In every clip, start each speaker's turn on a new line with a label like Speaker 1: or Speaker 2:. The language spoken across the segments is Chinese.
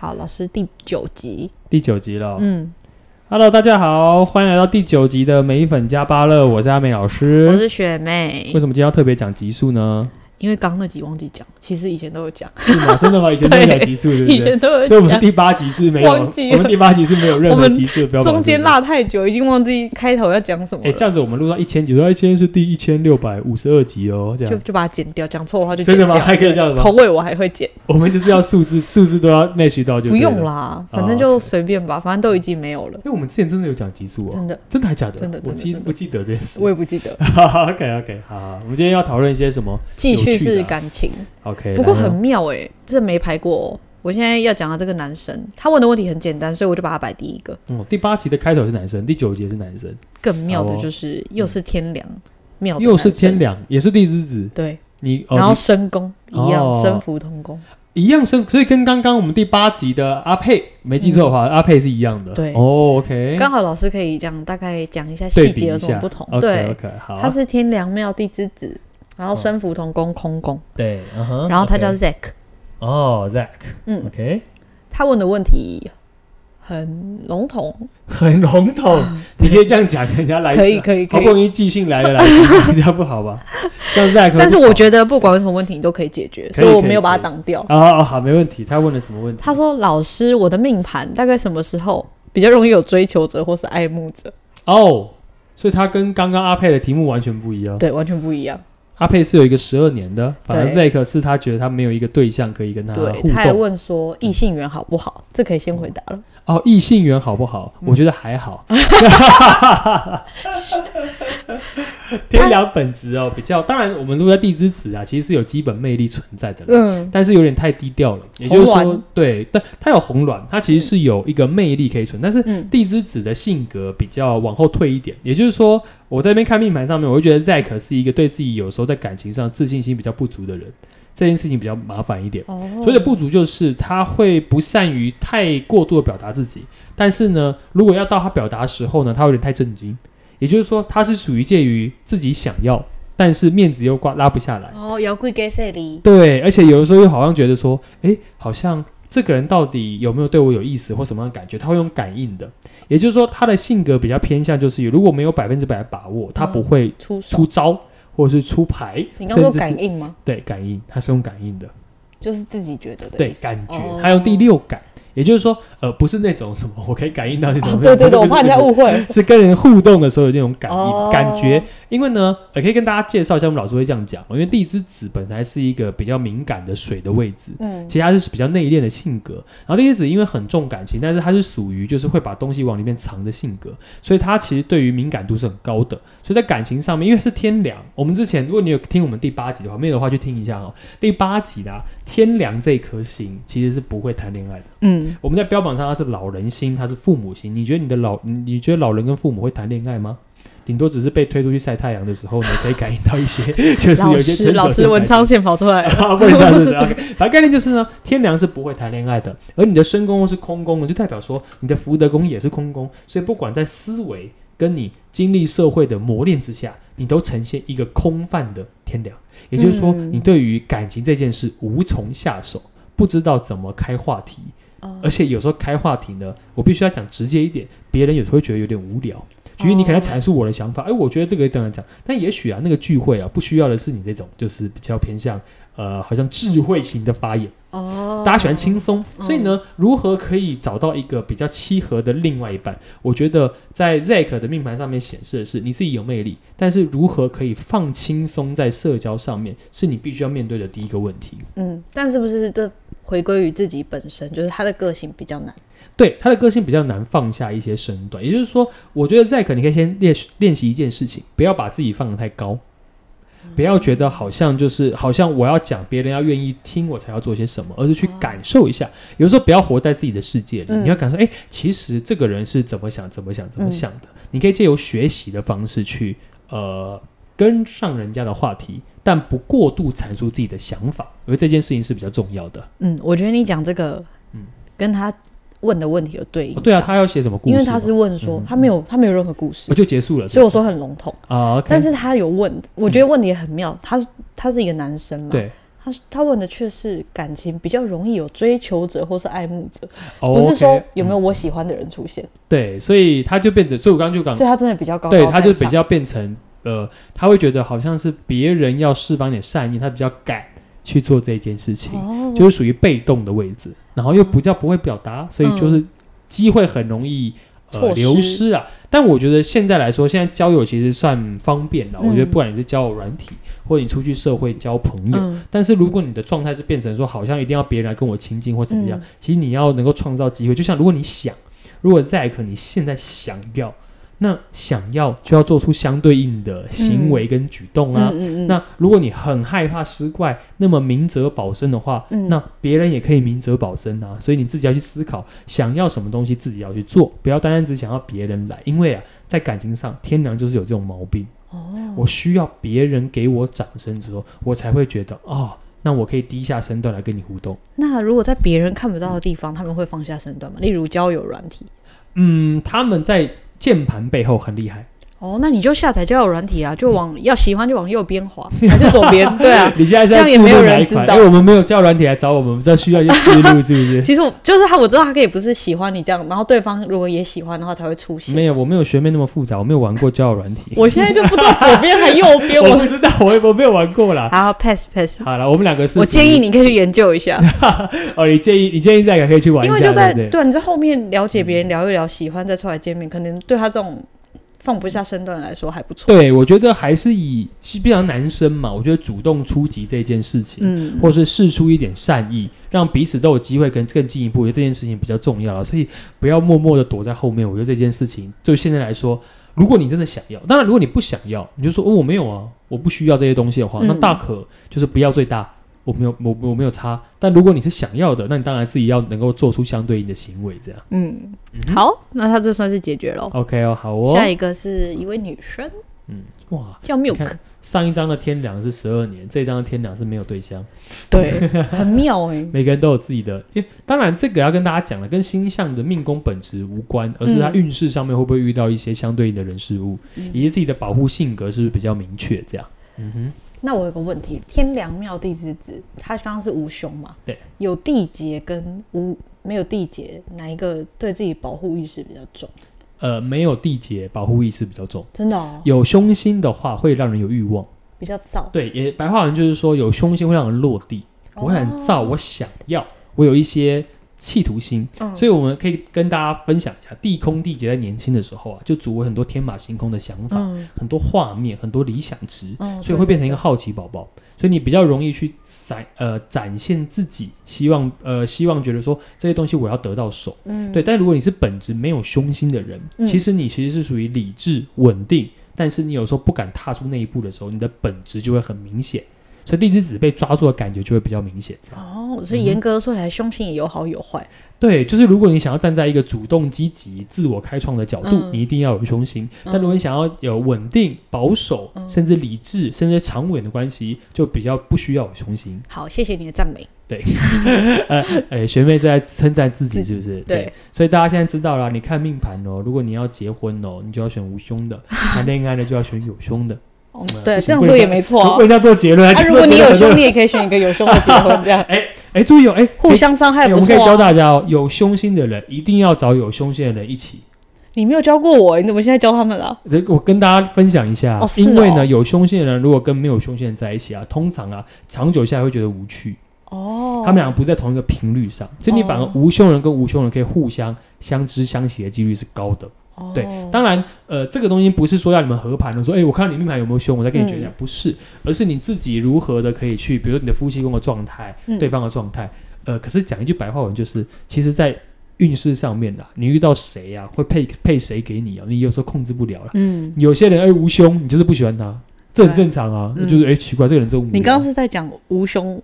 Speaker 1: 好，老师第九集，
Speaker 2: 第九集了。
Speaker 1: 嗯，
Speaker 2: Hello，大家好，欢迎来到第九集的美粉加芭乐，我是阿美老
Speaker 1: 我
Speaker 2: 师。
Speaker 1: 是学妹
Speaker 2: 为，什么今天要特别讲集数呢？
Speaker 1: 因为刚刚那集忘记讲，其实以前都有讲，
Speaker 2: 是吗？真的吗？以 前没有讲集数，对不
Speaker 1: 以
Speaker 2: 对？
Speaker 1: 前都有
Speaker 2: 所以我们
Speaker 1: 讲，
Speaker 2: 第八集是没有，
Speaker 1: 忘记了
Speaker 2: 我们第八集是没有任
Speaker 1: 我
Speaker 2: 何
Speaker 1: 们
Speaker 2: 集数的标榜。
Speaker 1: 中间
Speaker 2: 是不是。
Speaker 1: 落太久，已经忘记开头要讲什么
Speaker 2: 哎、这
Speaker 1: 了，
Speaker 2: 样子我们录到一千集，说哎今天是第一千六百五十二集哦，这
Speaker 1: 就
Speaker 2: 样
Speaker 1: 就把它剪掉，讲错的话就剪
Speaker 2: 真的
Speaker 1: 掉。
Speaker 2: 吗？还可以这样子
Speaker 1: 头
Speaker 2: 吗？
Speaker 1: 尾我还会剪，
Speaker 2: 我们就是要数字，数字都要 match 到就
Speaker 1: 不
Speaker 2: 对啊
Speaker 1: 用。啦，反正就随便吧，反正都已经没有了，
Speaker 2: 因为我们之前真的有讲集数哦，
Speaker 1: 真的，
Speaker 2: 真的还假的？
Speaker 1: 真的真的
Speaker 2: 我其实
Speaker 1: 真的
Speaker 2: 不记得这件事。
Speaker 1: 我也不记得。
Speaker 2: OK OK，好好，我们今天要讨论一些什么
Speaker 1: 继续是
Speaker 2: 有趣的啊啊
Speaker 1: 感情，
Speaker 2: ？OK，
Speaker 1: 不过
Speaker 2: 然后
Speaker 1: 很妙哎、这没排过、哦。我现在要讲的这个男生，他问的问题很简单，所以我就把他摆第一个。
Speaker 2: 哦，第八集的开头是男生，第九集也是男生，
Speaker 1: 更妙的
Speaker 2: 好哦嗯
Speaker 1: 就是，又是天良，妙的
Speaker 2: 又是
Speaker 1: 哦男生
Speaker 2: 天，良，也是地之子。
Speaker 1: 对，
Speaker 2: 你
Speaker 1: 然后
Speaker 2: 哦，
Speaker 1: 深宫一样，
Speaker 2: 哦
Speaker 1: 生福同宫，
Speaker 2: 你一样是，所以跟刚刚我们第八集的阿佩没记错的话，阿佩是一样的。
Speaker 1: 嗯对
Speaker 2: 哦，OK，
Speaker 1: 刚好老师可以这样大概讲一下
Speaker 2: 对
Speaker 1: 细
Speaker 2: 比
Speaker 1: 节有
Speaker 2: 一
Speaker 1: 什么
Speaker 2: 下
Speaker 1: 不同。
Speaker 2: OK
Speaker 1: 对，
Speaker 2: OK，好
Speaker 1: 他
Speaker 2: 啊，
Speaker 1: 是天良妙地之子，然后生福同宫空宫，
Speaker 2: 对，嗯哼
Speaker 1: 然后他叫
Speaker 2: OK
Speaker 1: Zack。
Speaker 2: 哦 Zack，
Speaker 1: 嗯
Speaker 2: ，OK，
Speaker 1: 他问的问题很笼统，
Speaker 2: 很 笼统，你可以这样讲，人家来
Speaker 1: 可以可以
Speaker 2: 好
Speaker 1: 可
Speaker 2: 哦不容
Speaker 1: 以。
Speaker 2: 易寄信来的来 信，人家不好吧？像 Zack，
Speaker 1: 但是我觉得不管有什么问题，你都可以解决，
Speaker 2: 可以
Speaker 1: 所以我
Speaker 2: 可以
Speaker 1: 没有把它
Speaker 2: 可以
Speaker 1: 挡掉。
Speaker 2: 得哦，哦好，没问题。他问了什么问题？
Speaker 1: 他说：“老师，我的命盘大概什么时候比较容易有追求者或是爱慕者？
Speaker 2: 哦，所以他跟刚刚阿佩的题目完全不一样。
Speaker 1: 对，完全不一样。”
Speaker 2: 阿佩是有一个十二年的，反而
Speaker 1: 对
Speaker 2: Zack 是他觉得他没有一个对象可以跟他
Speaker 1: 对，
Speaker 2: 啊互
Speaker 1: 他还
Speaker 2: 动。嗯
Speaker 1: 问说异性缘好不好？这可以先回答了。
Speaker 2: 哦，异性缘好不好？
Speaker 1: 嗯
Speaker 2: 我觉得 还好。 天良本质哦，比较当然，我们如果在地之子啊，其实是有基本魅力存在的啦，
Speaker 1: 嗯，
Speaker 2: 但是有点太低调了。也就是
Speaker 1: 红鸾
Speaker 2: 说，对，但它有红鸾，它其实是有一个魅力可以存，但是
Speaker 1: 嗯
Speaker 2: 地之子的性格比较往后退一点，也就是说，我在那边看命盘上面，我会觉得 Zack 是一个对自己有时候在感情上自信心比较不足的人，这件事情比较麻烦一点。
Speaker 1: 哦，
Speaker 2: 所以的不足就是他会不善于太过度的表达自己，但是呢，如果要到他表达时候呢，他有点太震惊，也就是说，他是属于介于自己想要，但是面子又挂拉不下来。
Speaker 1: 哦，摇贵给谁哩？
Speaker 2: 对，而且有的时候又好像觉得说，诶，好像这个人到底有没有对我有意思或什么样的感觉，他会用感应的，也就是说他的性格比较偏向就是如果没有百分之百的把握，他不会
Speaker 1: 出手
Speaker 2: 出？招或者是出牌，
Speaker 1: 嗯你刚说
Speaker 2: 甚至是
Speaker 1: 感应吗？
Speaker 2: 对感应，他是用感应的，
Speaker 1: 就是自己觉得的
Speaker 2: 对
Speaker 1: 意思。
Speaker 2: 感觉
Speaker 1: 哦，
Speaker 2: 他用第六感，也就是说，呃，不是那种什么我可以感应到那种，
Speaker 1: 哦，对对对，
Speaker 2: 不
Speaker 1: 我
Speaker 2: 是
Speaker 1: 怕人家
Speaker 2: 不是
Speaker 1: 误会。
Speaker 2: 是跟人互动的时候有那种感应、
Speaker 1: 哦
Speaker 2: 感觉，因为呢，也可以跟大家介绍一下，我们老师会这样讲，因为地之子本来是一个比较敏感的水的位置，
Speaker 1: 嗯，
Speaker 2: 其实他是比较内敛的性格，然后地之子因为很重感情，但是他是属于就是会把东西往里面藏的性格，所以他其实对于敏感度是很高的，所以在感情上面，因为是天良，我们之前如果你有听我们第八集的话，没有的话去听一下哦，第八集啦、天良这颗星其实是不会谈恋爱的。
Speaker 1: 嗯，
Speaker 2: 我们在标榜上它是老人心，它是父母心。你觉得你的老，你你觉得老人跟父母会谈恋爱吗？顶多只是被推出去晒太阳的时候呢，可以感应到一些， 就是有
Speaker 1: 老
Speaker 2: 一些
Speaker 1: 师，
Speaker 2: 成熟
Speaker 1: 老
Speaker 2: 的
Speaker 1: 师
Speaker 2: 感
Speaker 1: 文
Speaker 2: 觉
Speaker 1: 昌线跑出来了。
Speaker 2: 啊，不知道是不是 OK。反正概念就是呢，天梁是不会谈恋爱的，而你的申宫是空宫，就代表说你的福德宫也是空宫，所以不管在思维跟你经历社会的磨练之下，你都呈现一个空泛的天梁，也就是说，
Speaker 1: 嗯
Speaker 2: 你对于感情这件事无从下手，不知道怎么开话题。
Speaker 1: 哦
Speaker 2: 而且有时候开话题呢，我必须要讲直接一点，别人有时候会觉得有点无聊。举例，你可
Speaker 1: 哦
Speaker 2: 能要阐述我的想法，哎、我觉得这个怎样讲，但也许啊，那个聚会啊，不需要的是你这种就是比较偏向呃，好像智慧型的发言，
Speaker 1: 哦
Speaker 2: 大家喜欢轻松。
Speaker 1: 嗯
Speaker 2: 所以呢，如何可以找到一个比较契合的另外一半？我觉得在 Zack 的命盘上面显示的是你自己有魅力，但是如何可以放轻松在社交上面，是你必须要面对的第一个问题。
Speaker 1: 嗯，但是不是这回归于自己本身，就是他的个性比较难。
Speaker 2: 对他的个性比较难放下一些身段，也就是说，我觉得 Zack 你可以先练习练习一件事情，不要把自己放得太高，不要觉得好像就是好像我要讲别人要愿意听我才要做些什么，而是去感受一下。有时候不要活在自己的世界里，
Speaker 1: 哦嗯
Speaker 2: 你要感受，哎、其实这个人是怎么想、怎么想、怎么想
Speaker 1: 嗯
Speaker 2: 的。你可以借由学习的方式去呃跟上人家的话题，但不过度阐述自己的想法，我觉得这件事情是比较重要的。
Speaker 1: 嗯，我觉得你讲这个，
Speaker 2: 嗯
Speaker 1: 跟他问的问题有对
Speaker 2: 哦
Speaker 1: 应。
Speaker 2: 对啊，，他要写什么故事
Speaker 1: 因
Speaker 2: 吗？
Speaker 1: 为他是问说
Speaker 2: 嗯
Speaker 1: 他没有他没有任何故事
Speaker 2: 我，就结束了，
Speaker 1: 所以我说很笼统。
Speaker 2: 啊，OK、o k
Speaker 1: 但是他有问，我觉得问题也很妙。他他是一个男生嘛，
Speaker 2: 对，
Speaker 1: 他他问的却是感情比较容易有追求者或是爱慕者，
Speaker 2: 哦
Speaker 1: 不是说
Speaker 2: OK，
Speaker 1: 有没有
Speaker 2: 嗯
Speaker 1: 我喜欢的人出现，
Speaker 2: 对，所以他就变成，所以我刚刚就讲
Speaker 1: 所以他真的比较高高
Speaker 2: 嗯对，
Speaker 1: 在
Speaker 2: 他就比
Speaker 1: 上
Speaker 2: 较变成呃，他会觉得好像是别人要释放一点善意，他比较敢去做这件事情，
Speaker 1: 哦，嗯
Speaker 2: 就是属于被动的位置，然后又比较不会表达，所以就是机会很容易。呃，
Speaker 1: 错失
Speaker 2: 流失啊！但我觉得现在来说，现在交友其实算方便了。我觉得
Speaker 1: 嗯
Speaker 2: 不管你是交友软体，或者你出去社会交朋友，
Speaker 3: 嗯，
Speaker 2: 但是如果你的状态是变成说，好像一定要别人来跟我亲近或怎么样，
Speaker 1: 嗯
Speaker 2: 其实你要能够创造机会。就像如果你想，如果 Zack 你现在想要，那想要就要做出相对应的行为跟举动啊。
Speaker 1: 嗯嗯嗯，
Speaker 2: 那如果你很害怕失败，那么明哲保身的话，
Speaker 1: 嗯
Speaker 2: 那别人也可以明哲保身啊。所以你自己要去思考，想要什么东西自己要去做，不要单单只想要别人来，因为啊，在感情上，天良就是有这种毛病。
Speaker 1: 哦，
Speaker 3: 嗯
Speaker 2: 我需要别人给我掌声之后，我才会觉得哦，那我可以低下身段来跟你互动。
Speaker 3: 那如果在别人看不到的地方，他们会放下身段吗？例如交友软体。
Speaker 2: 嗯，他们在键盘背后很厉害。
Speaker 3: 哦，那你就下载交友软体啊，就往要喜欢就往右边 滑，还是左边？对啊，
Speaker 2: 你现在是在
Speaker 3: 这样也没有人
Speaker 2: 注册哪一款
Speaker 3: 知道
Speaker 2: 因为我们没有叫软体来找我们，我们知道需要一些思路，是不 是？
Speaker 3: 其实我就是他，我知道他可以不是喜欢你这样，然后对方如果也喜欢的话才会出现。
Speaker 2: 没有，我没有学妹那么复杂，我没有玩过交友软体，
Speaker 3: 我现在就不知道左边还右边，
Speaker 2: 我
Speaker 3: 我
Speaker 2: 不知道，我我没有玩 过啦。
Speaker 3: 好 pass pass。
Speaker 2: 好了，我们两个是
Speaker 3: 我
Speaker 2: 属于
Speaker 3: 建议你可以去研究一下，
Speaker 2: 哦，你建议你建议再可以 去玩一
Speaker 3: 因
Speaker 2: 下，
Speaker 3: 为就在
Speaker 2: 对不对？
Speaker 3: 对啊，你在后面了解别人聊一聊，喜欢再出来见面，可能对他这种放不下身段来说还不错。
Speaker 2: 对，我觉得还是以，是比较男生嘛，我觉得主动出击这件事情，
Speaker 3: 嗯，
Speaker 2: 或是试出一点善意，让彼此都有机会跟更进一步，我觉得这件事情比较重要了。所以不要默默的躲在后面。我觉得这件事情对现在来说，如果你真的想要，当然如果你不想要，你就说哦我没有啊，我不需要这些东西的话，
Speaker 3: 嗯
Speaker 2: 那大可就是不要最大。我没有，我我没有差。但如果你是想要的，那你当然自己要能够做出相对应的行为，这样。
Speaker 3: 嗯
Speaker 2: 哼，
Speaker 3: 好，那他这算是解决了。
Speaker 2: OK 哦，好哦。
Speaker 3: 下一个是一位女生
Speaker 2: 嗯，哇，
Speaker 3: 叫
Speaker 2: 你
Speaker 3: Milk，
Speaker 2: 看上一张的天良是十二年，这一张的天良是没有对象。
Speaker 3: 对， 很妙 哎、
Speaker 2: 每个人都有自己的，因为当然这个要跟大家讲了，跟星象的命宫本质无关，而
Speaker 3: 嗯
Speaker 2: 是他运势上面会不会遇到一些相对应的人事物，以及自己的保护性格是不是比较明确这样。嗯哼，
Speaker 1: 那我有个问题，天良庙地之子，
Speaker 3: 他刚刚是无胸嘛？
Speaker 2: 对，
Speaker 3: 有地劫跟无没有地劫，哪一个对自己保护意识比较重？
Speaker 2: 呃，没有地劫，保护意识比较重。
Speaker 1: 真的哦，
Speaker 2: 有凶星的话，会让人有欲望。
Speaker 1: 比较燥，
Speaker 2: 对，也白话文就是说，有凶星会让人落地。
Speaker 1: 哦
Speaker 2: 我很燥，我想要，我有一些企图心，
Speaker 3: 嗯
Speaker 2: 所以我们可以跟大家分享一下，地空地劫在年轻的时候啊，就主为很多天马行空的想法，
Speaker 3: 嗯，
Speaker 2: 很多画面，很多理想值。
Speaker 3: 哦
Speaker 2: 所以会变成一个好奇宝宝，所以你比较容易去展呃展现自己，希望呃希望觉得说这些东西我要得到手，
Speaker 3: 嗯
Speaker 2: 对。但如果你是本质没有凶心的人，
Speaker 3: 嗯
Speaker 2: 其实你其实是属于理智稳定，但是你有时候不敢踏出那一步的时候，你的本质就会很明显，所以地之子被抓住的感觉就会比较明显。这样
Speaker 3: 哦，所以严格说起来，凶性也有好有坏。
Speaker 2: 对，就是如果你想要站在一个主动、积极、自我开创的角度，
Speaker 3: 嗯
Speaker 2: 你一定要有胸心；
Speaker 3: 嗯
Speaker 2: 但如果你想要有稳定、保守，
Speaker 3: 嗯
Speaker 2: 甚至理智，甚至长远的关系，就比较不需要有胸心。
Speaker 3: 好，谢谢你的赞美。
Speaker 2: 哎，学妹是在称赞自己，
Speaker 3: 自
Speaker 2: 是不是？
Speaker 3: 对，
Speaker 2: 所以大家现在知道了，你看命盘哦，如果你要结婚哦，你就要选无 胸的；谈恋爱呢，就要选有胸的。
Speaker 3: 哦
Speaker 2: 嗯
Speaker 3: 对，
Speaker 2: 不行
Speaker 3: 这样说也没错
Speaker 2: 不
Speaker 3: 啊。
Speaker 2: 会这样做结论
Speaker 3: 啊，如果你有胸，你也可以选一个有胸的结婚，这样
Speaker 2: 哎，注意哦，哎，
Speaker 3: 互相伤害
Speaker 2: 哎。
Speaker 3: 不
Speaker 2: 我 们可
Speaker 3: 错
Speaker 2: 以教
Speaker 3: 啊。
Speaker 2: 大家哦，有胸心的人一定要找有胸心的人一起。
Speaker 3: 你没有教过我，你怎么现在教他们了？
Speaker 2: 这我跟大家分享一下，啊
Speaker 3: 哦是哦
Speaker 2: 因为呢，有胸线的人如果跟没有胸线在一起啊，通常啊，长久下来会觉得无趣，
Speaker 3: 哦
Speaker 2: 他们两个不在同一个频率上，所以你反而
Speaker 3: 哦
Speaker 2: 无胸人跟无胸人可以互相相知相惜的几率是高的。
Speaker 3: 哦
Speaker 2: 对，当然，呃，这个东西不是说要你们合盘的，说，哎、我看到你命盘有没有凶，我再
Speaker 3: 嗯
Speaker 2: 跟你决定、不是，而是你自己如何的可以去，比如说你的夫妻宫的状态，
Speaker 3: 嗯
Speaker 2: 对方的状态，呃，可是讲一句白话文，就是，其实，在运势上面啊，你遇到谁啊，会配配谁给你啊，你有时候控制不了啦。
Speaker 3: 嗯，
Speaker 2: 有些人哎、无胸，你就是不喜欢他，这很正常啊，
Speaker 3: 对嗯
Speaker 2: 就是哎、奇怪，这个人真无聊。
Speaker 3: 你刚刚是在讲无胸，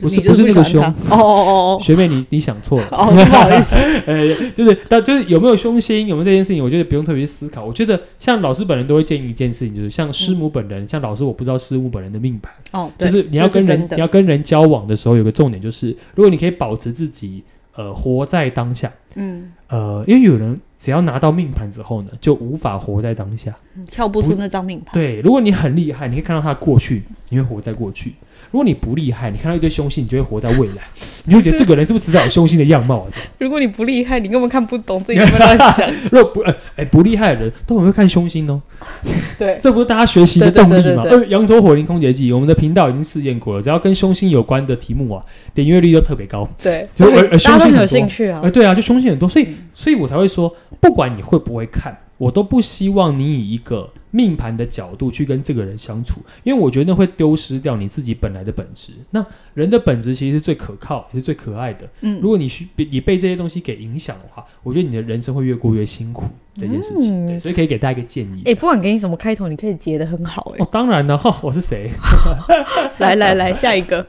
Speaker 2: 不是
Speaker 3: 你就
Speaker 2: 不是那个
Speaker 3: 不喜欢他哦哦
Speaker 2: 学妹你你想错了
Speaker 3: 哦，哦，不好意 思。
Speaker 2: 呃，就是但就是有没有凶心，有没有这件事情，我觉得不用特别去思考。我觉得像老师本人都会建议一件事情，就是像师母本人，像老师我不知道师母本人的命盘，
Speaker 3: 哦，嗯
Speaker 2: 就
Speaker 3: 对，
Speaker 2: 是你要
Speaker 3: 这
Speaker 2: 跟人
Speaker 3: 真
Speaker 2: 你
Speaker 3: 的
Speaker 2: 要跟人交往的时候，有个重点就是，如果你可以保持自己呃活在当下，
Speaker 3: 嗯
Speaker 2: 呃，因为有人只要拿到命盘之后呢，就无法活在当下。
Speaker 1: 跳不出那张命盘。
Speaker 2: 对，如果你很厉害，你可以看到他的过去，你会活在过去；如果你不厉害，你看到一堆凶星，你就会活在未来，你就觉得这个人是不是只找凶星的样貌、啊？
Speaker 3: 如果你不厉害，你根本看不懂自己在那边乱 想。
Speaker 2: 如果不哎、哎不厉害的人都很会看凶星哦，
Speaker 1: 对，
Speaker 2: 这不是大家学习的动力
Speaker 3: 对
Speaker 2: 吗？
Speaker 3: 对对对对
Speaker 2: 呃羊驼火灵空姐记，我们的频道已经试验过了，只要跟凶星有关的题目啊，点阅率都特别高。
Speaker 3: 对，
Speaker 2: 就呃呃，
Speaker 1: 大家都
Speaker 2: 凶星
Speaker 1: 很
Speaker 2: 很
Speaker 1: 有
Speaker 2: 多
Speaker 1: 兴趣啊
Speaker 2: 哎、。对啊，就凶险很多，所以，
Speaker 3: 嗯
Speaker 2: 所以我才会说，不管你会不会看，我都不希望你以一个命盘的角度去跟这个人相处，因为我觉得那会丢失掉你自己本来的本质。那人的本质其实是最可靠，也是最可爱的。
Speaker 1: 嗯
Speaker 2: 如果你需你被这些东西给影响的话，我觉得你的人生会越过越辛苦这件事
Speaker 1: 嗯
Speaker 2: 情。对，所以可以给大家一个建议。
Speaker 3: 哎，不管给你什么开头，你可以接的很好
Speaker 2: 哦，当然了， 哈，我是谁？
Speaker 3: 哎。来来来，下一个，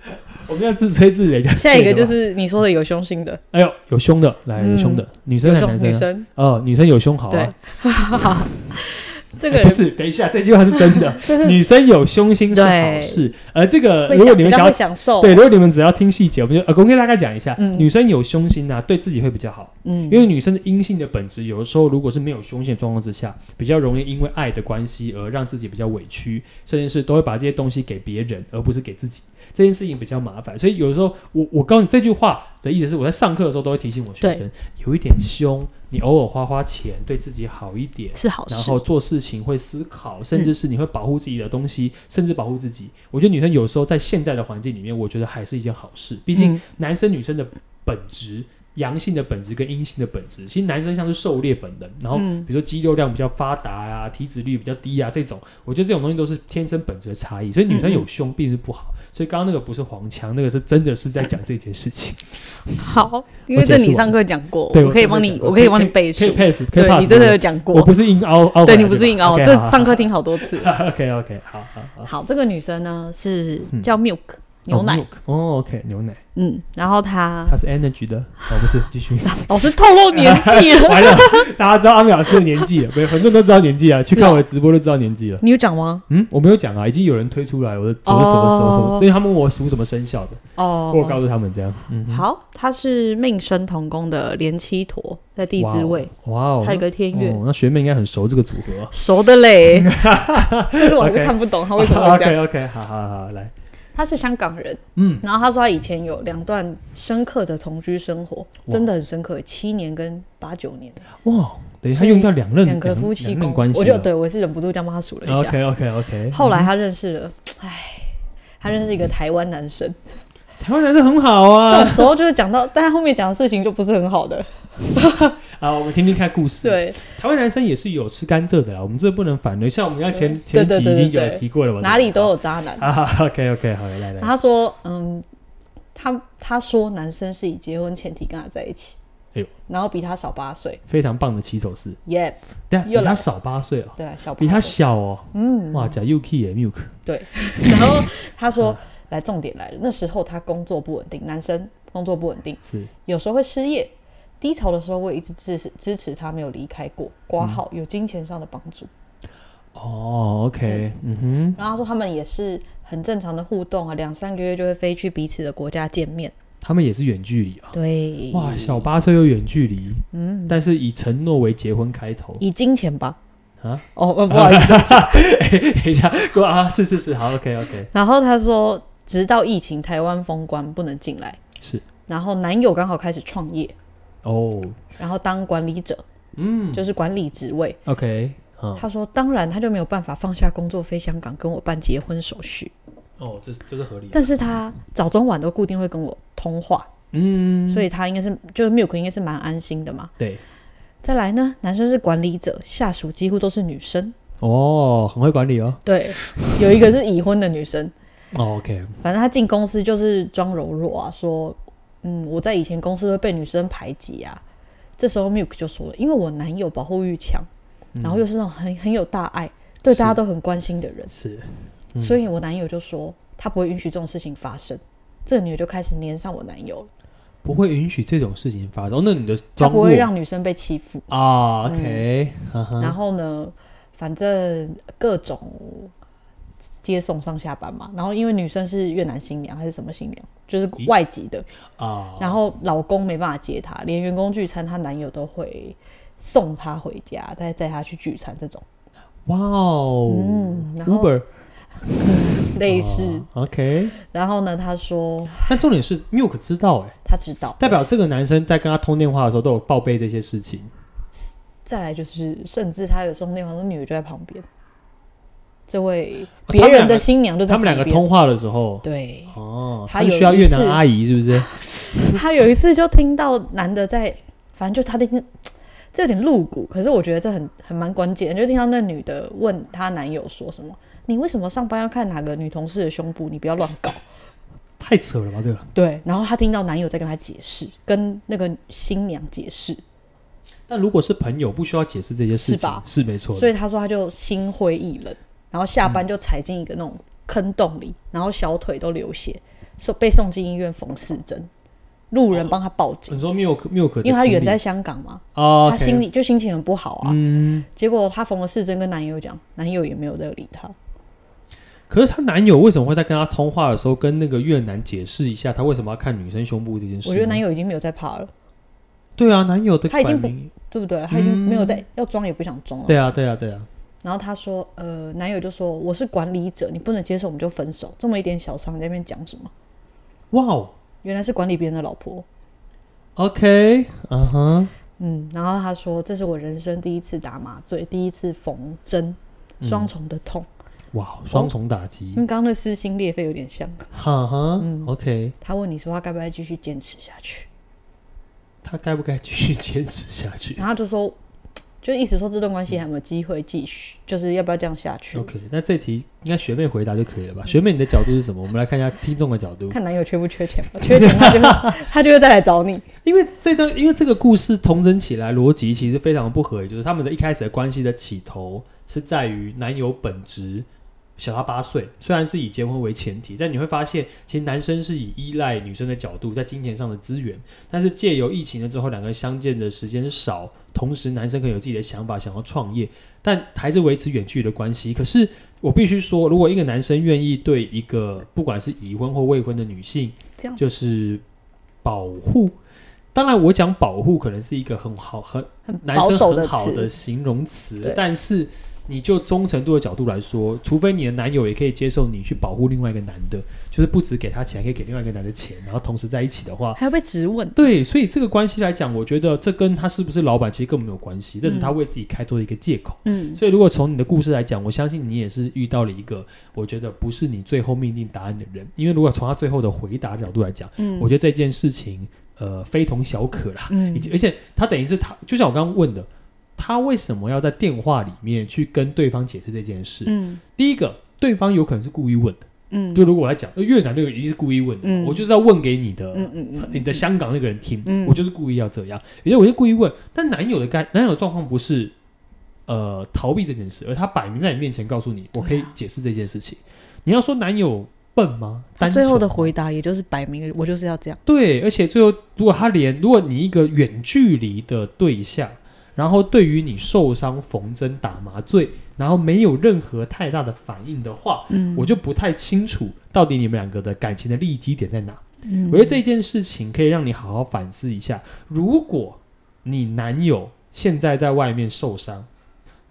Speaker 2: 我们要自吹自擂一 下。
Speaker 3: 下一个就
Speaker 2: 对的吧，
Speaker 3: 是你说的有凶星的，
Speaker 2: 哎呦，有凶的，来，有凶的，女生
Speaker 3: 有
Speaker 2: 还是
Speaker 3: 凶
Speaker 2: 男
Speaker 3: 女
Speaker 2: 生啊？
Speaker 3: 生，
Speaker 2: 哦，女生有凶好啊
Speaker 3: 对。， 这个
Speaker 2: 哎不
Speaker 3: 人
Speaker 2: 是，等一下，这句话是 真的。
Speaker 1: 就是
Speaker 2: 女生有凶心是好事，而这个
Speaker 1: 会
Speaker 2: 如果
Speaker 1: 想
Speaker 2: 你
Speaker 1: 比
Speaker 2: 们
Speaker 1: 较
Speaker 2: 想要
Speaker 1: 会享受，
Speaker 2: 对，如果你们只要听细节，我们就呃，我跟大家讲一下，
Speaker 1: 嗯
Speaker 2: 女生有凶心啊，对自己会比较好，
Speaker 1: 嗯，
Speaker 2: 因为女生的阴性的本质，有的时候如果是没有凶性的状况之下，比较容易因为爱的关系而让自己比较委屈，这件事都会把这些东西给别人，而不是给自己。这件事情比较麻烦，所以有的时候我我告诉你这句话的意思是，我在上课的时候都会提醒我学
Speaker 1: 对
Speaker 2: 生，有一点凶，你偶尔花花钱，对自己好一点，
Speaker 1: 哦是嗯好
Speaker 2: 然
Speaker 1: 事
Speaker 2: 后。做事情会思考，甚至是你会保护自己的东西，甚至保护自己。我觉得女生有时候在现在的环境里面，我觉得还是一件好事。毕竟
Speaker 1: 嗯
Speaker 2: 男生女生的本质，阳性的本质跟阴性的本质，其实男生像是狩猎本能，然后
Speaker 1: 嗯
Speaker 2: 比如说肌肉量比较发达啊，体脂率比较低啊这种，我觉得这种东西都是天生本质的差异。所以女生有胸并不是不好。所以刚刚那个不是黄腔，那个是真的是在讲这件 事情。
Speaker 3: 好，
Speaker 1: 因为这你
Speaker 2: 我解释完
Speaker 1: 上课讲过，
Speaker 2: 对，
Speaker 1: 我可以帮你，我可以帮你背书
Speaker 2: 可以。pass，可以
Speaker 1: 对
Speaker 2: pass。
Speaker 1: 你真的有，讲
Speaker 2: 我
Speaker 1: 过，
Speaker 2: 不是硬凹凹回来吧。
Speaker 1: 对你不是硬凹，
Speaker 2: OK，
Speaker 1: 这
Speaker 2: 好好
Speaker 1: 上课听好多次。
Speaker 2: OK OK，好好好。
Speaker 1: 好，这个女生呢是
Speaker 2: 嗯
Speaker 1: 叫 Milk 牛奶，
Speaker 2: 哦，milk，哦，OK，牛奶，
Speaker 1: 嗯，然后她
Speaker 2: 它是 energy 的，哦，不是，继续。
Speaker 1: 老师透露年纪啊 了，
Speaker 2: 完了，大家知道阿美老师的年纪了，没有很多人都知道年纪啊，去
Speaker 1: 是
Speaker 2: 看
Speaker 1: 哦
Speaker 2: 我的直播就知道年纪了。
Speaker 1: 你有讲吗？
Speaker 2: 嗯，我没有讲啊，已经有人推出来我的我的什么什么什么，
Speaker 1: 哦
Speaker 2: 所以他们问我属什么生肖的，
Speaker 1: 哦，
Speaker 2: 我有告诉他们这样。嗯哼，
Speaker 1: 好，她是命生同宫的连七陀，在地支位，
Speaker 2: 哇哦，
Speaker 1: 还有个天月
Speaker 2: 哦，，那学妹应该很熟这个组合啊。
Speaker 1: 熟的 嘞。但是我还是
Speaker 2: OK
Speaker 1: 看不懂她为什么会这
Speaker 2: OK
Speaker 1: 样。
Speaker 2: OK，好好好，来，
Speaker 1: 她是香港人，
Speaker 2: 嗯，
Speaker 1: 然后她说她以前有两段深刻的同居生活，
Speaker 2: 哇
Speaker 1: 真的很深刻，七年跟八九年，
Speaker 2: 哇，等于他
Speaker 1: 所以
Speaker 2: 用到两任
Speaker 1: 两个夫妻
Speaker 2: 两任
Speaker 1: 宫
Speaker 2: 关，系了，
Speaker 1: 我就对我也是忍不住这样帮她数了一下。
Speaker 2: OK OK OK。
Speaker 1: 后来她认识了，唉，她认识一个台湾男生。
Speaker 2: 台湾男生很好
Speaker 1: 这
Speaker 2: 啊
Speaker 1: 种，时候就是讲到，但他后面讲的事情就不是很好的。
Speaker 2: 啊，我们听听看故事。
Speaker 1: 对，
Speaker 2: 台湾男生也是有吃甘蔗的啦，我们这不能反对。像我们要前
Speaker 1: 对
Speaker 2: 前
Speaker 1: 对
Speaker 2: 几
Speaker 1: 对
Speaker 2: 集已经
Speaker 1: 对
Speaker 2: 有
Speaker 1: 对
Speaker 2: 提过了嘛，
Speaker 1: 哪里都有渣男。
Speaker 2: 啊。OK OK，好，来
Speaker 1: 然后
Speaker 2: 来，
Speaker 1: 他说，嗯，他他说男生是以结婚前提跟他在一起，
Speaker 2: 哎呦
Speaker 1: 然后比他少八岁
Speaker 2: 非常棒的起手式。
Speaker 1: ，Yep，
Speaker 2: 对啊，比
Speaker 1: 又来
Speaker 2: 他
Speaker 1: 了
Speaker 2: 少八岁哦，
Speaker 1: 对啊，小八
Speaker 2: 比他
Speaker 1: 岁
Speaker 2: 小哦。
Speaker 1: 嗯，
Speaker 2: 哇，讲 UK 耶 Milk，
Speaker 1: 对。然后他说，来重点来了，那时候他工作不稳定，男生工作不稳定，
Speaker 2: 是
Speaker 1: 有时候会失业。低潮的时候，我也一直支持支持他，没有离开过。挂号
Speaker 2: 嗯
Speaker 1: 有金钱上的帮助，
Speaker 2: 哦，OK，嗯哼，
Speaker 1: 然后他说他们也是很正常的互动啊，两三个月就会飞去彼此的国家见面。
Speaker 2: 他们也是远距离啊。
Speaker 1: 对，
Speaker 2: 哇，小八岁又远距离，嗯，但是以承诺为结婚开头
Speaker 1: 以金钱吧。
Speaker 2: 啊。
Speaker 1: 哦，呃不好意思。
Speaker 2: 等一下，过啊，是是是，好，OK OK，
Speaker 1: 然后他说，直到疫情台湾封关不能进来，
Speaker 2: 是
Speaker 1: 然后男友刚好开始创业，
Speaker 2: 哦，
Speaker 1: 然后当管理者，
Speaker 2: 嗯
Speaker 1: 就是管理职位。
Speaker 2: ，OK，啊，
Speaker 1: 他说，当然他就没有办法放下工作飞香港跟我办结婚手续，
Speaker 2: 哦，这是这是合理的，
Speaker 1: 但是他早中晚都固定会跟我通话，
Speaker 2: 嗯，
Speaker 1: 所以他应该是就是 Milk 应该是蛮安心的嘛。
Speaker 2: 对，
Speaker 1: 再来呢，男生是管理者，下属几乎都是女生。
Speaker 2: 哦，很会管理哦。
Speaker 1: 对，有一个是已婚的女生，
Speaker 2: 哦 OK，
Speaker 1: 反正她进公司就是装柔弱啊，说，嗯，我在以前公司会被女生排挤啊。这时候 Milk 就说了，因为我男友保护欲强，
Speaker 2: 嗯
Speaker 1: 然后又是那种很很有大爱，对
Speaker 2: 是
Speaker 1: 大家都很关心的人，
Speaker 2: 是嗯
Speaker 1: 所以我男友就说他不会允许这种事情发生。这个女的就开始黏上我男友了，
Speaker 2: 不会允许这种事情发生。哦那你的
Speaker 1: 她
Speaker 2: 装
Speaker 1: 不会
Speaker 2: 弱嗯
Speaker 1: 让女生被欺负。
Speaker 2: 啊，OK，哈哈
Speaker 1: 然后呢，反正各种接送上下班嘛。然后因为女生是越南新娘还是什么新娘，就是
Speaker 2: 咦
Speaker 1: 外籍的，
Speaker 2: 啊，
Speaker 1: 然后老公没办法接她，连员工聚餐她男友都会送他回家，再带他去聚餐这种，
Speaker 2: 哇哦、
Speaker 1: 嗯然后
Speaker 2: u b e r
Speaker 1: 类似。
Speaker 2: 啊 OK，
Speaker 1: 然后呢，他说
Speaker 2: 但重点是 Milk 知道哎、
Speaker 1: 他知道，
Speaker 2: 代表这个男生在跟他通电话的时候都有报备这些事情。
Speaker 1: 再来就是，甚至他有时候那方的女的就在旁边，这位
Speaker 2: 他
Speaker 1: 别
Speaker 2: 们
Speaker 1: 人
Speaker 2: 两个
Speaker 1: 的新娘就在
Speaker 2: 哦他们两个
Speaker 1: 旁边
Speaker 2: 通话的时候，
Speaker 1: 对，
Speaker 2: 哦，
Speaker 1: 他
Speaker 2: 他是
Speaker 1: 有
Speaker 2: 需要
Speaker 1: 一
Speaker 2: 越南
Speaker 1: 次
Speaker 2: 阿姨是不是？
Speaker 1: 他有一次就听到男的在，反正就他听，这有点露骨，可是我觉得这很很蛮关键，就听到那女的问她男友说什么：“你为什么上班要看哪个女同事的胸部？你不要乱搞。
Speaker 2: 太扯了吧，这个。”
Speaker 1: 对，然后她听到男友在跟她解释，跟那个新娘解释，
Speaker 2: 但如果是朋友，不需要解释这些事
Speaker 1: 是
Speaker 2: 情
Speaker 1: 吧，
Speaker 2: 是没错的。
Speaker 1: 所以她说她就心灰意冷，然后下班就踩进一个那种坑洞里，然后小腿都流血，说被送进医院缝四针，路人帮她报警，
Speaker 2: 你说 milk milk，的
Speaker 1: 因为她远
Speaker 2: 呃经历
Speaker 1: 在香港嘛，
Speaker 2: 啊，
Speaker 1: 她心
Speaker 2: 里
Speaker 1: 里就心情很不好啊。
Speaker 2: 嗯，
Speaker 1: 结果她缝了四针，跟男友讲，男友也没有在理她。
Speaker 2: 可是她男友为什么会在跟她通话的时候跟那个越南解释一下他为什么要看女生胸部这件事呢？
Speaker 1: 我觉得男友已经没有在怕了，
Speaker 2: 对啊，男友的
Speaker 1: 他已经
Speaker 2: 反应
Speaker 1: 对不哦对？他已经没有在、要装也不想装了。
Speaker 2: 对啊，对啊，对啊，
Speaker 1: 然后她说，呃，男友就说我是管理者，你不能接受我们就分手。这么一点小伤，你在那边讲什么？
Speaker 2: 哇哦
Speaker 1: 原来是管理别人的老婆。
Speaker 2: ，OK，嗯哼，
Speaker 1: 嗯，然后她说这是我人生第一次打麻醉，第一次缝针，
Speaker 2: 嗯
Speaker 1: 双重的痛，
Speaker 2: 哇，双重打击
Speaker 1: 跟，刚刚的撕心裂肺有点像。
Speaker 2: 哈哈，OK，
Speaker 1: 嗯她问你说她该不该继续坚持下去？
Speaker 2: 他该不该继续坚持下去
Speaker 1: 然后他就说，就意思说这段关系还有没有机会继续， 就是要不要这样下去？
Speaker 2: ？OK，那这题应该学妹回答就可以了吧？学妹你的角度是什么？我们来看一下听众的角度。
Speaker 1: 看男友缺不缺钱吧，缺钱 他就会他就会再来找你。
Speaker 2: 因为这段，因为这个故事同整起来逻辑其实非常不合，也就是他们的一开始的关系的起头是在于男友本质小他八岁，虽然是以结婚为前提，但你会发现，其实男生是以依赖女生的角度，在金钱上的资源，但是借由疫情了之后，两个人相见的时间少，同时男生可能有自己的想法，想要创业，但还是维持远距离的关系。可是我必须说，如果一个男生愿意对一个不管是已婚或未婚的女性，
Speaker 1: 这样
Speaker 2: 就是保护。当然，我讲保护可能是一个很好、很男
Speaker 1: 保
Speaker 2: 生
Speaker 1: 守
Speaker 2: 很
Speaker 1: 的
Speaker 2: 好的
Speaker 1: 词
Speaker 2: 形容词
Speaker 1: 对，
Speaker 2: 但是你就忠诚度的角度来说，除非你的男友也可以接受你去保护另外一个男的，就是不止给他钱，还可以给另外一个男的钱，然后同时在一起的话，
Speaker 1: 还要被质问，
Speaker 2: 对，所以这个关系来讲，我觉得这跟他是不是老板其实根本没有关系，这是他为自己开脱的一个借口。
Speaker 1: 嗯，
Speaker 2: 所以，如果从你的故事来讲，我相信你也是遇到了一个我觉得不是你最后命定答案的人，因为如果从他最后的回答角度来讲，
Speaker 1: 嗯
Speaker 2: 我觉得这件事情呃非同小可啦，以
Speaker 1: 嗯
Speaker 2: 及而且他等于是他，就像我刚刚问的，他为什么要在电话里面去跟对方解释这件事？
Speaker 1: 嗯
Speaker 2: 第一个，对方有可能是故意问的，
Speaker 1: 嗯，
Speaker 2: 就如果我来讲，呃越南那个一定是故意问的嘛，
Speaker 1: 嗯
Speaker 2: 我就是要问给你的，
Speaker 1: 嗯嗯嗯
Speaker 2: 你的香港那个人听，
Speaker 1: 嗯
Speaker 2: 我就是故意要这样，也就是我就故意问。但男友的该男友的状况不是呃逃避这件事，而他摆明在你面前告诉你，我可
Speaker 1: 啊
Speaker 2: 以解释这件事情。你要说男友笨吗？
Speaker 1: 他
Speaker 2: 单
Speaker 1: 最后的
Speaker 2: 纯吗
Speaker 1: 回答也就是摆明了我就是要这样，
Speaker 2: 对，而且最后如果他连如果你一个远距离的对象，然后对于你受伤、缝针、打麻醉，然后没有任何太大的反应的话，
Speaker 1: 嗯
Speaker 2: 我就不太清楚到底你们两个的感情的利基点在哪。
Speaker 1: 嗯
Speaker 2: 我觉得这件事情可以让你好好反思一下。如果你男友现在在外面受伤，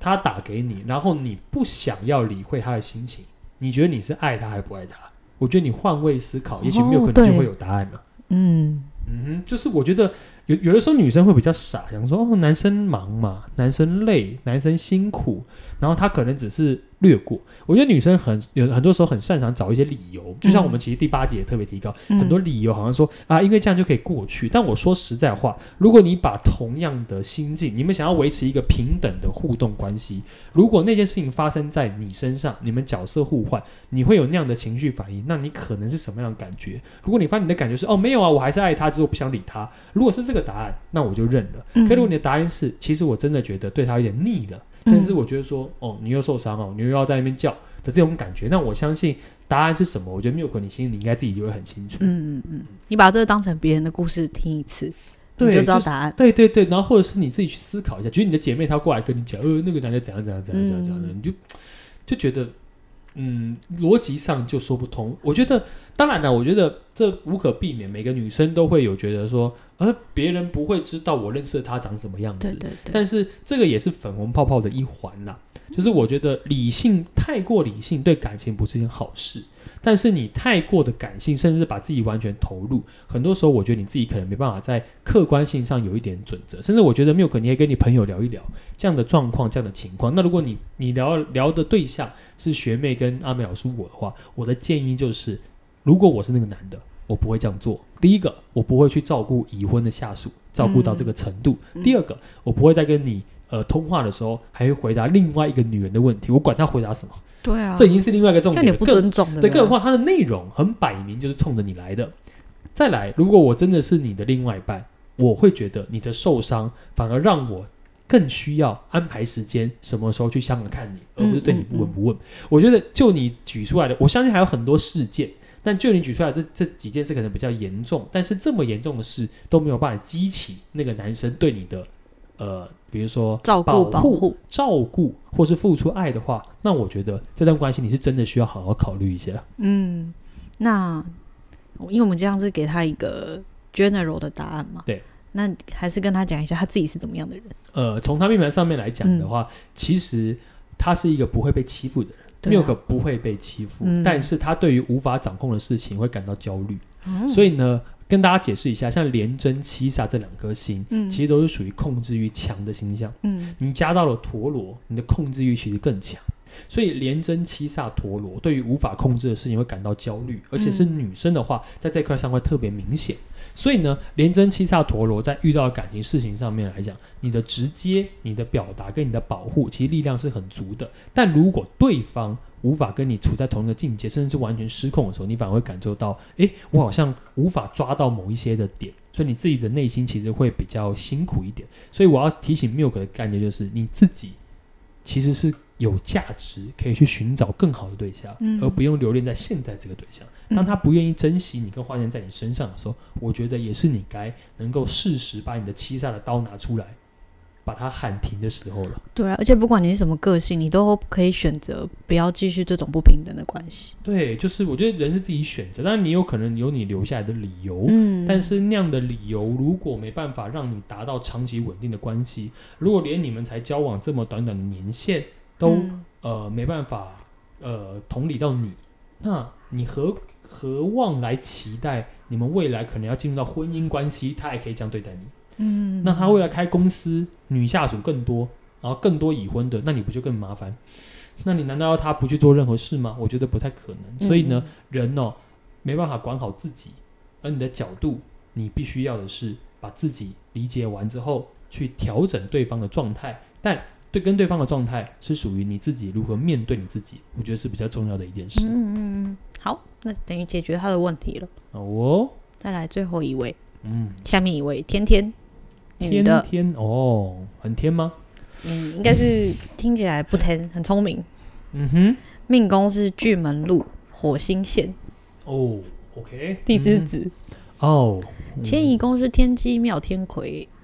Speaker 2: 他打给你，然后你不想要理会他的心情，你觉得你是爱他还不爱他？我觉得你换位思考，也许没有
Speaker 1: 哦
Speaker 2: 可能就
Speaker 1: 对
Speaker 2: 会有答案了。
Speaker 1: 嗯
Speaker 2: 嗯哼，就是我觉得有有的时候女生会比较傻，想说哦，男生忙嘛，男生累，男生辛苦，然后她可能只是略过。我觉得女生很有很多时候很擅长找一些理由，就像我们其实第八集也特别提到，
Speaker 1: 嗯
Speaker 2: 很多理由好像说啊，因为这样就可以过去。但我说实在话，如果你把同样的心境，你们想要维持一个平等的互动关系，如果那件事情发生在你身上，你们角色互换，你会有那样的情绪反应，那你可能是什么样的感觉？如果你发现你的感觉是哦没有啊，我还是爱他，只是我不想理他。如果是这个答案，那我就认了。可如果你的答案是，其实我真的觉得对他有点腻了，
Speaker 1: 嗯
Speaker 2: 甚至我觉得说哦你又受伤哦，你又要在那边叫的这种感觉，那我相信答案是什么？我觉得 Milk 你心里应该自己就会很清楚。
Speaker 1: 嗯嗯嗯，你把这个当成别人的故事听一次，你
Speaker 2: 对
Speaker 1: 就知道
Speaker 2: 就是
Speaker 1: 答案。
Speaker 2: 对对对，然后或者是你自己去思考一下，觉得你的姐妹她过来跟你讲，呃，那个男的怎样怎样怎样怎嗯样怎样，你就就觉得，嗯，逻辑上就说不通。我觉得当然了，我觉得这无可避免，每个女生都会有觉得说，呃，别人不会知道我认识的他长什么样
Speaker 1: 对
Speaker 2: 子。
Speaker 1: 对对，
Speaker 2: 但是这个也是粉红泡泡的一环啦，就是我觉得理性太过理性对感情不是一件好事，但是你太过的感性，甚至把自己完全投入，很多时候我觉得你自己可能没办法在客观性上有一点准则，甚至我觉得 Milk 你也跟你朋友聊一聊这样的状况、这样的情况。那如果你你聊聊的对象是学妹跟阿美老师我的话，我的建议就是，如果我是那个男的，我不会这样做。第一个，我不会去照顾已婚的下属，照顾到这个程度；
Speaker 1: 嗯
Speaker 2: 第二个，我不会再跟你呃通话的时候还会回答另外一个女人的问题，我管她回答什么，
Speaker 3: 对
Speaker 1: 哦
Speaker 3: 啊，
Speaker 2: 这已经是另外一个重
Speaker 3: 这
Speaker 2: 点
Speaker 3: 样你
Speaker 2: 了。
Speaker 3: 不
Speaker 2: 更
Speaker 3: 尊重的
Speaker 2: 对，
Speaker 3: 人
Speaker 2: 更何况它的内容很摆明就是冲着你来的。再来，如果我真的是你的另外一半，我会觉得你的受伤反而让我更需要安排时间，什么时候去香港看你，而不是对你不闻不问。我觉得就你举出来的，我相信还有很多事件。但就你举出来的这这几件事可能比较严重，但是这么严重的事都没有办法激起那个男生对你的，呃，比如说
Speaker 1: 照顾保护，
Speaker 2: 照顾或是付出爱的话，那我觉得这段关系你是真的需要好好考虑一下。
Speaker 1: 嗯，那因为我们这样是给他一个 general 的答案嘛，
Speaker 2: 对，
Speaker 1: 那还是跟他讲一下他自己是怎么样的人，
Speaker 2: 呃，从他命盘上面来讲
Speaker 1: 嗯
Speaker 2: 的话，其实他是一个不会被欺负的人。
Speaker 1: 对啊
Speaker 2: Milk 不会被欺负，
Speaker 1: 嗯
Speaker 2: 但是他对于无法掌控的事情会感到焦虑。
Speaker 1: 嗯
Speaker 2: 所以呢，跟大家解释一下，像廉贞、七煞这两颗星，
Speaker 1: 嗯
Speaker 2: 其实都是属于控制欲强的星象。
Speaker 1: 嗯
Speaker 2: 你加到了陀螺，你的控制欲其实更强。所以廉贞、七煞、陀螺对于无法控制的事情会感到焦虑，而且是女生的话，在这块上会特别明显。所以呢，廉贞、七煞、陀螺在遇到感情事情上面来讲，你的直接、你的表达跟你的保护，其实力量是很足的。但如果对方无法跟你处在同一个境界，甚至是完全失控的时候，你反而会感受到，诶，我好像无法抓到某一些的点，所以你自己的内心其实会比较辛苦一点。所以我要提醒 Milk 的概念就是，你自己其实是有价值，可以去寻找更好的对象，
Speaker 1: 嗯
Speaker 2: 而不用留恋在现在这个对象。当他不愿意珍惜你跟花钱在你身上的时候，我觉得也是你该能够适时把你的七煞的刀拿出来，把它喊停的时候了。
Speaker 1: 对啊，而且不管你是什么个性，你都可以选择不要继续这种不平等的关系。
Speaker 2: 对，就是我觉得人是自己选择，当然你有可能有你留下来的理由，
Speaker 1: 嗯
Speaker 2: 但是那样的理由如果没办法让你达到长期稳定的关系，如果连你们才交往这么短短的年限都、
Speaker 1: 嗯
Speaker 2: 呃没办法呃同理到你，那你何何望来期待你们未来可能要进入到婚姻关系，他也可以这样对待你？
Speaker 1: 嗯
Speaker 2: 那他未来开公司，女下属更多，然后更多已婚的，那你不就更麻烦？那你难道要他不去做任何事吗？我觉得不太可
Speaker 1: 嗯
Speaker 2: 能。所以呢，人哦没办法管好自己，而你的角度，你必须要的是把自己理解完之后，去调整对方的状态，但。对，跟对方的状态是属于你自己如何面对你自己，我觉得是比较重要的一件事。
Speaker 1: 嗯嗯，好，那等于解决他的问题了。
Speaker 2: 好哦，
Speaker 1: 再来最后一位，
Speaker 2: 嗯，
Speaker 1: 下面一位天天，女
Speaker 2: 天
Speaker 1: 的，
Speaker 2: 天哦，很天吗？
Speaker 1: 嗯，应该是听起来不天，很聪明。
Speaker 2: 嗯哼，
Speaker 1: 命宫是巨门路火星线，
Speaker 2: 哦，OK，
Speaker 1: 地支
Speaker 2: 嗯
Speaker 1: 子，
Speaker 2: 哦，
Speaker 1: 嗯迁移宫是天机妙天魁，
Speaker 2: 嗯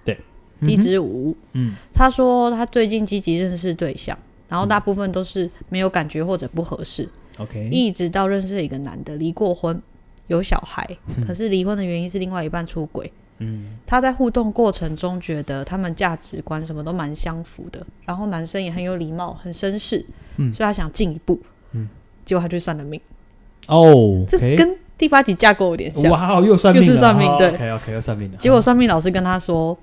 Speaker 1: 地
Speaker 2: 哼
Speaker 1: 支午。
Speaker 2: 嗯
Speaker 1: 他说他最近积极认识对象，然后大部分都是没有感觉或者不合适，
Speaker 2: ，OK，
Speaker 1: 一直到认识一个男的，离过婚，有小孩，可是离婚的原因是另外一半出轨。
Speaker 2: 嗯
Speaker 1: 他在互动过程中觉得他们价值观什么都蛮相符的，然后男生也很有礼貌，很绅士，
Speaker 2: 嗯
Speaker 1: 所以他想进一步，
Speaker 2: 嗯
Speaker 1: 结果他就算了命，
Speaker 2: 哦，
Speaker 1: 这跟第八集架构有点像。
Speaker 2: 哇哦，又算命
Speaker 1: 又
Speaker 2: 了，
Speaker 1: 是算命对
Speaker 2: ，OK OK，又算命了，
Speaker 1: 结果算命老师跟他说，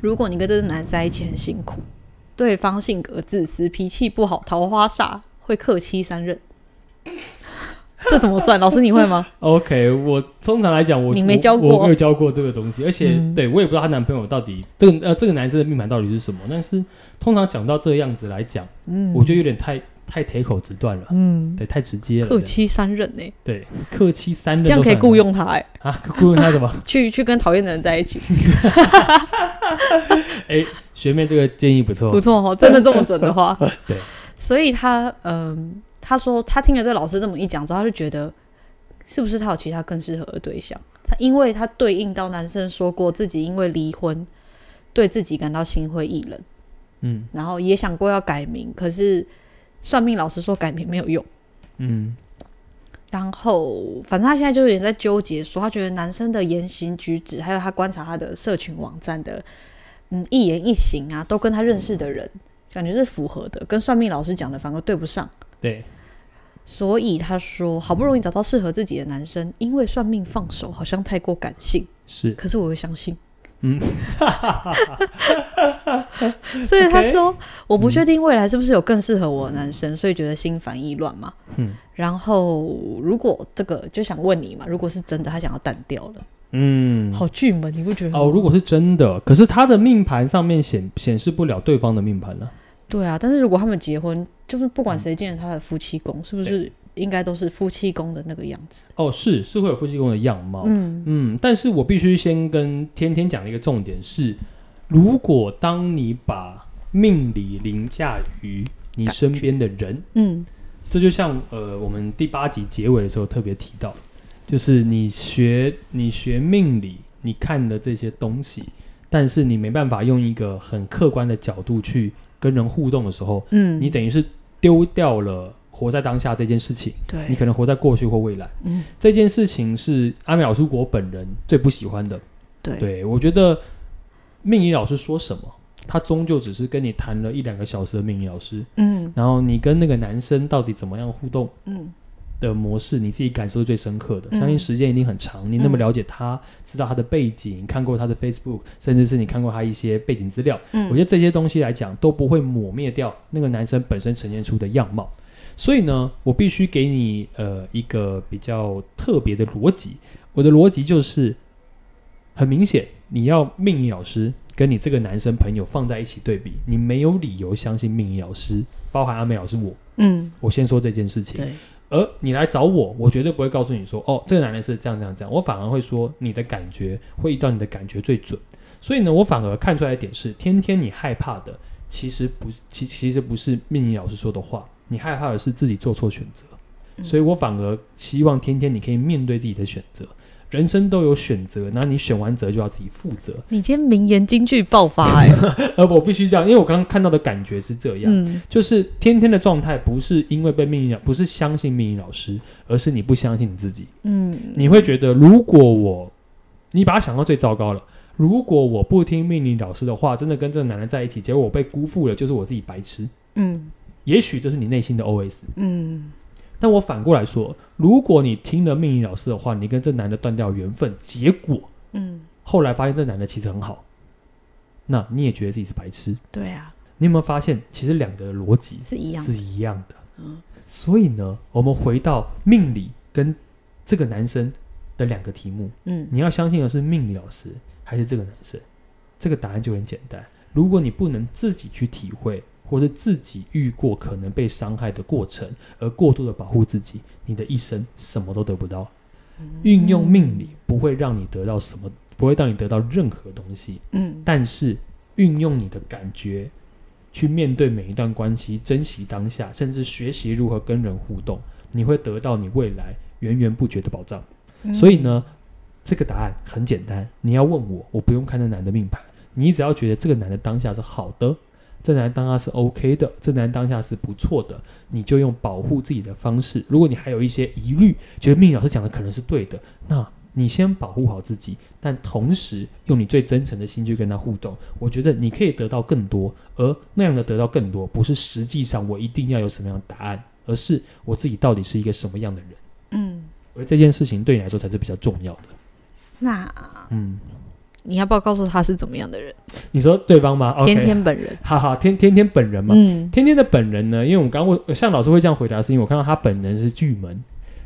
Speaker 1: 如果你跟这个男人在一起很辛苦，对方性格自私，脾气不好，桃花煞，会克妻三任。 这怎么算？老师你会吗？
Speaker 2: OK，我通常来讲，我
Speaker 1: 你没
Speaker 2: 我
Speaker 1: 教过
Speaker 2: 我没有教过这个东西，而且、
Speaker 1: 嗯
Speaker 2: 对我也不知道她男朋友到底这个呃这个男生的命盘到底是什么，但是通常讲到这样子来讲，
Speaker 1: 嗯
Speaker 2: 我觉得有点太太铁口直断了，
Speaker 1: 嗯，
Speaker 2: 对，太直接了，
Speaker 1: 克
Speaker 2: 对
Speaker 1: 妻三任呢、
Speaker 2: 对，客气三人
Speaker 1: 这样
Speaker 2: 都
Speaker 1: 可以
Speaker 2: 算得
Speaker 1: 雇佣他哎、
Speaker 2: 啊， 雇佣他什么？
Speaker 1: 去去跟讨厌的人在一起，
Speaker 2: 哎，学妹这个建议不错，，
Speaker 1: 不错哦，真的这么准的话
Speaker 2: 对，
Speaker 1: 所以他嗯，他说他听了这老师这么一讲之后，他就觉得是不是他有其他更适合的对象？他因为他对应到男生说过自己因为离婚对自己感到心灰意冷，
Speaker 2: 嗯
Speaker 1: 然后也想过要改名，可是算命老师说改名没有用，
Speaker 2: 嗯
Speaker 1: 然后反正他现在就有点在纠结说，他觉得男生的言行举止，还有他观察他的社群网站的，嗯，一言一行啊，都跟他认识的人感觉是符合的，跟算命老师讲的反而对不上。
Speaker 2: 对，
Speaker 1: 所以他说，好不容易找到适合自己的男生，因为算命放手好像太过感性，
Speaker 2: 是
Speaker 1: 可是我又相信。
Speaker 2: 嗯，
Speaker 1: 所以他
Speaker 2: OK
Speaker 1: 说我不确定未来是不是有更适合我的男生，所以觉得心烦意乱嘛。
Speaker 2: 嗯
Speaker 1: 然后如果这个就想问你嘛，如果是真的，他想要淡掉了，
Speaker 2: 嗯。
Speaker 1: 好巨门，你不觉得吗？
Speaker 2: 哦，如果是真的，可是他的命盘上面显显示不了对方的命盘呢、
Speaker 1: 对啊，但是如果他们结婚，就是不
Speaker 2: 嗯
Speaker 1: 管谁进了他的夫妻宫，是不是应该都是夫妻宫的那个样子？
Speaker 2: 哦，是是会有夫妻宫的样貌，
Speaker 1: 嗯，
Speaker 2: 嗯，但是我必须先跟天天讲的一个重点是，如果当你把命理凌驾于你身边的人，
Speaker 1: 嗯，
Speaker 2: 这就像呃我们第八集结尾的时候特别提到，就是你学你学命理，你看的这些东西，但是你没办法用一个很客观的角度去跟人互动的时候，
Speaker 1: 嗯，
Speaker 2: 你等于是丢掉了活在当下这件事情。
Speaker 1: 对，
Speaker 2: 你可能活在过去或未来。
Speaker 1: 嗯
Speaker 2: 这件事情是阿美老师我本人最不喜欢的。
Speaker 1: 对
Speaker 2: 对我觉得命理老师说什么，他终究只是跟你谈了一两个小时的命理老师，
Speaker 1: 嗯
Speaker 2: 然后你跟那个男生到底怎么样互动
Speaker 1: 嗯
Speaker 2: 的模式，你自己感受是最深刻的。
Speaker 1: 嗯
Speaker 2: 相信时间一定很长，你那么
Speaker 1: 嗯
Speaker 2: 了解他，知道他的背景，看过他的 Facebook，甚至是你看过他一些背景资料，我
Speaker 1: 嗯，
Speaker 2: 觉得这些东西来讲都不会抹灭掉那个男生本身呈现出的样貌。所以呢，我必须给你呃一个比较特别的逻辑。我的逻辑就是，很明显，你要命理老师跟你这个男生朋友放在一起对比，你没有理由相信命理老师，包含阿美老师我。
Speaker 1: 嗯，
Speaker 2: 我先说这件事情，
Speaker 1: 对，
Speaker 2: 而呃你来找我，我绝对不会告诉你说，哦，这个男人是这样这样这样，我反而会说你的感觉会依照你的感觉最准。所以呢，我反而看出来的点是，天天你害怕的其实不，其其实不是命理老师说的话，你害怕的是自己做错选择。所以我反而希望天天你可以面对自己的选择，人生都有选择，然后你选完择就要自己负责。
Speaker 1: 你今天名言金句爆 发哎、
Speaker 2: 而我必须这样，因为我刚刚看到的感觉是这样，
Speaker 1: 嗯
Speaker 2: 就是天天的状态不是因为被命运，不是相信命运老师，而是你不相信你自己。
Speaker 1: 嗯，
Speaker 2: 你会觉得，如果我，你把它想到最糟糕了。如果我不听命理老师的话，真的跟这个男人在一起，结果我被辜负了，就是我自己白痴。
Speaker 1: 嗯
Speaker 2: 也许这是你内心的 OS，
Speaker 1: 嗯
Speaker 2: 但我反过来说，如果你听了命理老师的话，你跟这男的断掉缘分，结果
Speaker 1: 嗯，
Speaker 2: 后来发现这男的其实很好，那你也觉得自己是白痴。
Speaker 1: 对啊，
Speaker 2: 你有没有发现，其实两个的逻辑
Speaker 1: 是一样的
Speaker 2: 是一样的？所以呢，我们回到命理跟这个男生的两个题目，
Speaker 1: 嗯
Speaker 2: 你要相信的是命理老师还是这个男生？这个答案就很简单。如果你不能自己去体会，或是自己遇过可能被伤害的过程，而过度的保护自己，你的一生什么都得不到。
Speaker 1: 嗯
Speaker 2: 运用命理不会让你得到什么，不会让你得到任何东西，
Speaker 1: 嗯
Speaker 2: 但是运用你的感觉去面对每一段关系，珍惜当下，甚至学习如何跟人互动，你会得到你未来源源不绝的宝藏。
Speaker 1: 嗯
Speaker 2: 所以呢，这个答案很简单，你要问我，我不用看那男的命盘，你只要觉得这个男的当下是好的，这男的当下是 OK 的，这男的当下是不错的，你就用保护自己的方式。如果你还有一些疑虑，觉得命理老师讲的可能是对的，那你先保护好自己，但同时用你最真诚的心去跟他互动，我觉得你可以得到更多，而那样的得到更多，不是实际上我一定要有什么样的答案，而是我自己到底是一个什么样的人。
Speaker 1: 嗯，
Speaker 2: 而这件事情对你来说才是比较重要的。
Speaker 1: 那
Speaker 2: 嗯，
Speaker 1: 你要不要告诉他是怎么样的人？
Speaker 2: 你说对方吗？OK，
Speaker 1: 天天本人，
Speaker 2: 哈哈，天天天本人嘛，
Speaker 1: 嗯
Speaker 2: 天天的本人呢，因为我们刚问向老师会这样回答，是因为我看到他本人是巨门，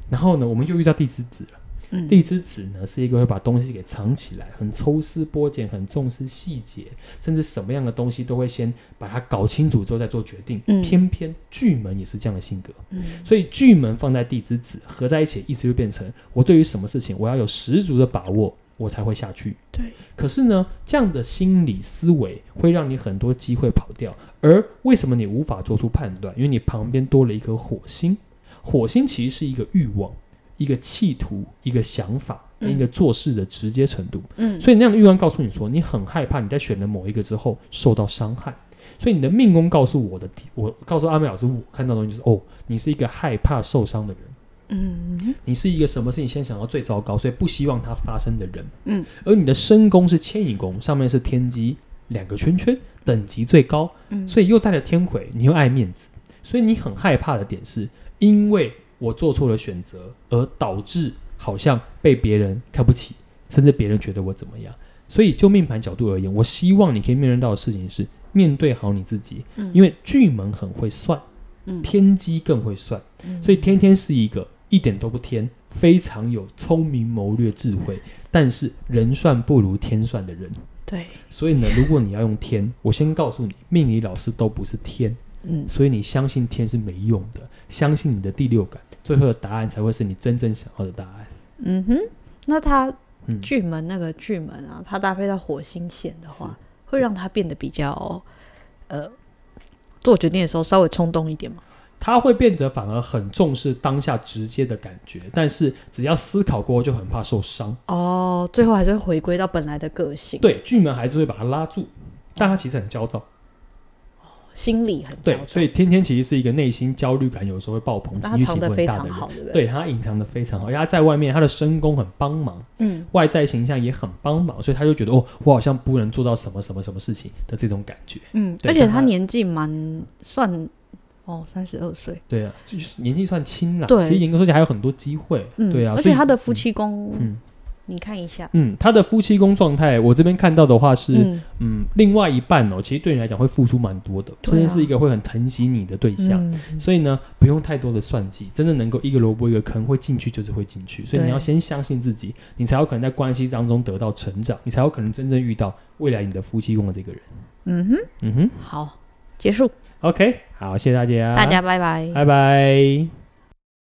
Speaker 2: 然后呢，我们又遇到地之子了。
Speaker 1: 嗯
Speaker 2: 地之子呢，是一个会把东西给藏起来，很抽丝剥茧，很重视细节，甚至什么样的东西都会先把它搞清楚之后再做决定。
Speaker 1: 嗯
Speaker 2: 偏偏巨门也是这样的性格，
Speaker 1: 嗯
Speaker 2: 所以巨门放在地之子合在一起，意思就变成我对于什么事情我要有十足的把握，我才会下去。
Speaker 1: 对。
Speaker 2: 可是呢，这样的心理思维会让你很多机会跑掉，而为什么你无法做出判断？因为你旁边多了一颗火星，火星其实是一个欲望、一个企图、一个想法跟一个做事的直接程度。
Speaker 1: 嗯，
Speaker 2: 所以那样的欲望告诉你说，你很害怕你在选了某一个之后受到伤害。所以你的命宫告诉我的，我告诉阿美老师，我看到的东西就是哦，你是一个害怕受伤的人。
Speaker 1: 嗯
Speaker 2: 你是一个什么事情先想到最糟糕，所以不希望它发生的人。
Speaker 1: 嗯，
Speaker 2: 而你的身宫是牵引宫，上面是天机，两个圈圈，等级最高，
Speaker 1: 嗯，
Speaker 2: 所以又带了天魁，你又爱面子，所以你很害怕的点是，因为我做错了选择，而导致好像被别人看不起，甚至别人觉得我怎么样。所以就命盘角度而言，我希望你可以面对到的事情是面对好你自己，
Speaker 1: 嗯
Speaker 2: 因为巨门很会算，
Speaker 1: 嗯
Speaker 2: 天机更会算。
Speaker 1: 嗯
Speaker 2: 所以天天是一个一点都不天，非常有聪明谋略智慧，但是人算不如天算的人。
Speaker 1: 对，
Speaker 2: 所以呢，如果你要用天，我先告诉你，命理老师都不是天，
Speaker 1: 嗯
Speaker 2: 所以你相信天是没用的，相信你的第六感，最后的答案才会是你真正想要的答案。
Speaker 3: 嗯哼，那它
Speaker 2: 嗯，
Speaker 3: 巨门那个巨门啊，它搭配到火星线的话，会让它变得比较呃，做决定的时候稍微冲动一点嘛。
Speaker 2: 他会变得反而很重视当下直接的感觉，但是只要思考过后就很怕受伤。
Speaker 3: 哦，最后还是会回归到本来的个性，
Speaker 2: 对，巨门还是会把他拉住，但他其实很焦躁。
Speaker 3: 心理很
Speaker 2: 对
Speaker 3: 焦，躁
Speaker 2: 所，以天天其实是一个内心焦虑感有时候会爆棚，
Speaker 3: 那它
Speaker 2: 情绪起
Speaker 3: 藏
Speaker 2: 伏
Speaker 3: 得
Speaker 2: 很
Speaker 3: 非
Speaker 2: 大
Speaker 3: 常
Speaker 2: 的人。
Speaker 3: 好，对不对？
Speaker 2: 对他隐藏的非常好，因为他在外面，他的身宫很帮忙，
Speaker 3: 嗯，
Speaker 2: 外在形象也很帮忙，所以他就觉得哦，我好像不能做到什么什么什么事情的这种感觉。
Speaker 3: 嗯，
Speaker 2: 对
Speaker 3: 而且
Speaker 2: 但它
Speaker 3: 他年纪蛮算哦，三十二岁，
Speaker 2: 对啊，就是年纪算轻啦，
Speaker 3: 对
Speaker 2: 其实严格说起来还有很多机会。
Speaker 3: 嗯，
Speaker 2: 对
Speaker 3: 而
Speaker 2: 啊，所
Speaker 3: 且
Speaker 2: 以
Speaker 3: 他的夫妻宫，
Speaker 2: 嗯
Speaker 3: 你看一下，
Speaker 2: 嗯，他的夫妻宫状态，我这边看到的话是，嗯
Speaker 3: 嗯
Speaker 2: 另外一半哦，其实对你来讲会付出蛮多的，
Speaker 3: 对啊
Speaker 2: 甚至是一个哦会很疼惜你的对象。
Speaker 3: 嗯，
Speaker 2: 所以呢，不用太多的算计，真的能够一个萝卜一个坑，会进去就是会进去。所以你
Speaker 3: 对
Speaker 2: 要先相信自己，你才有可能在关系当中得到成长，你才有可能真正遇到未来你的夫妻宫的这个人。
Speaker 3: 嗯哼，
Speaker 2: 嗯哼
Speaker 3: 好，结束，
Speaker 2: ，OK，好，谢谢大家，
Speaker 3: 大家拜拜。
Speaker 2: 拜拜。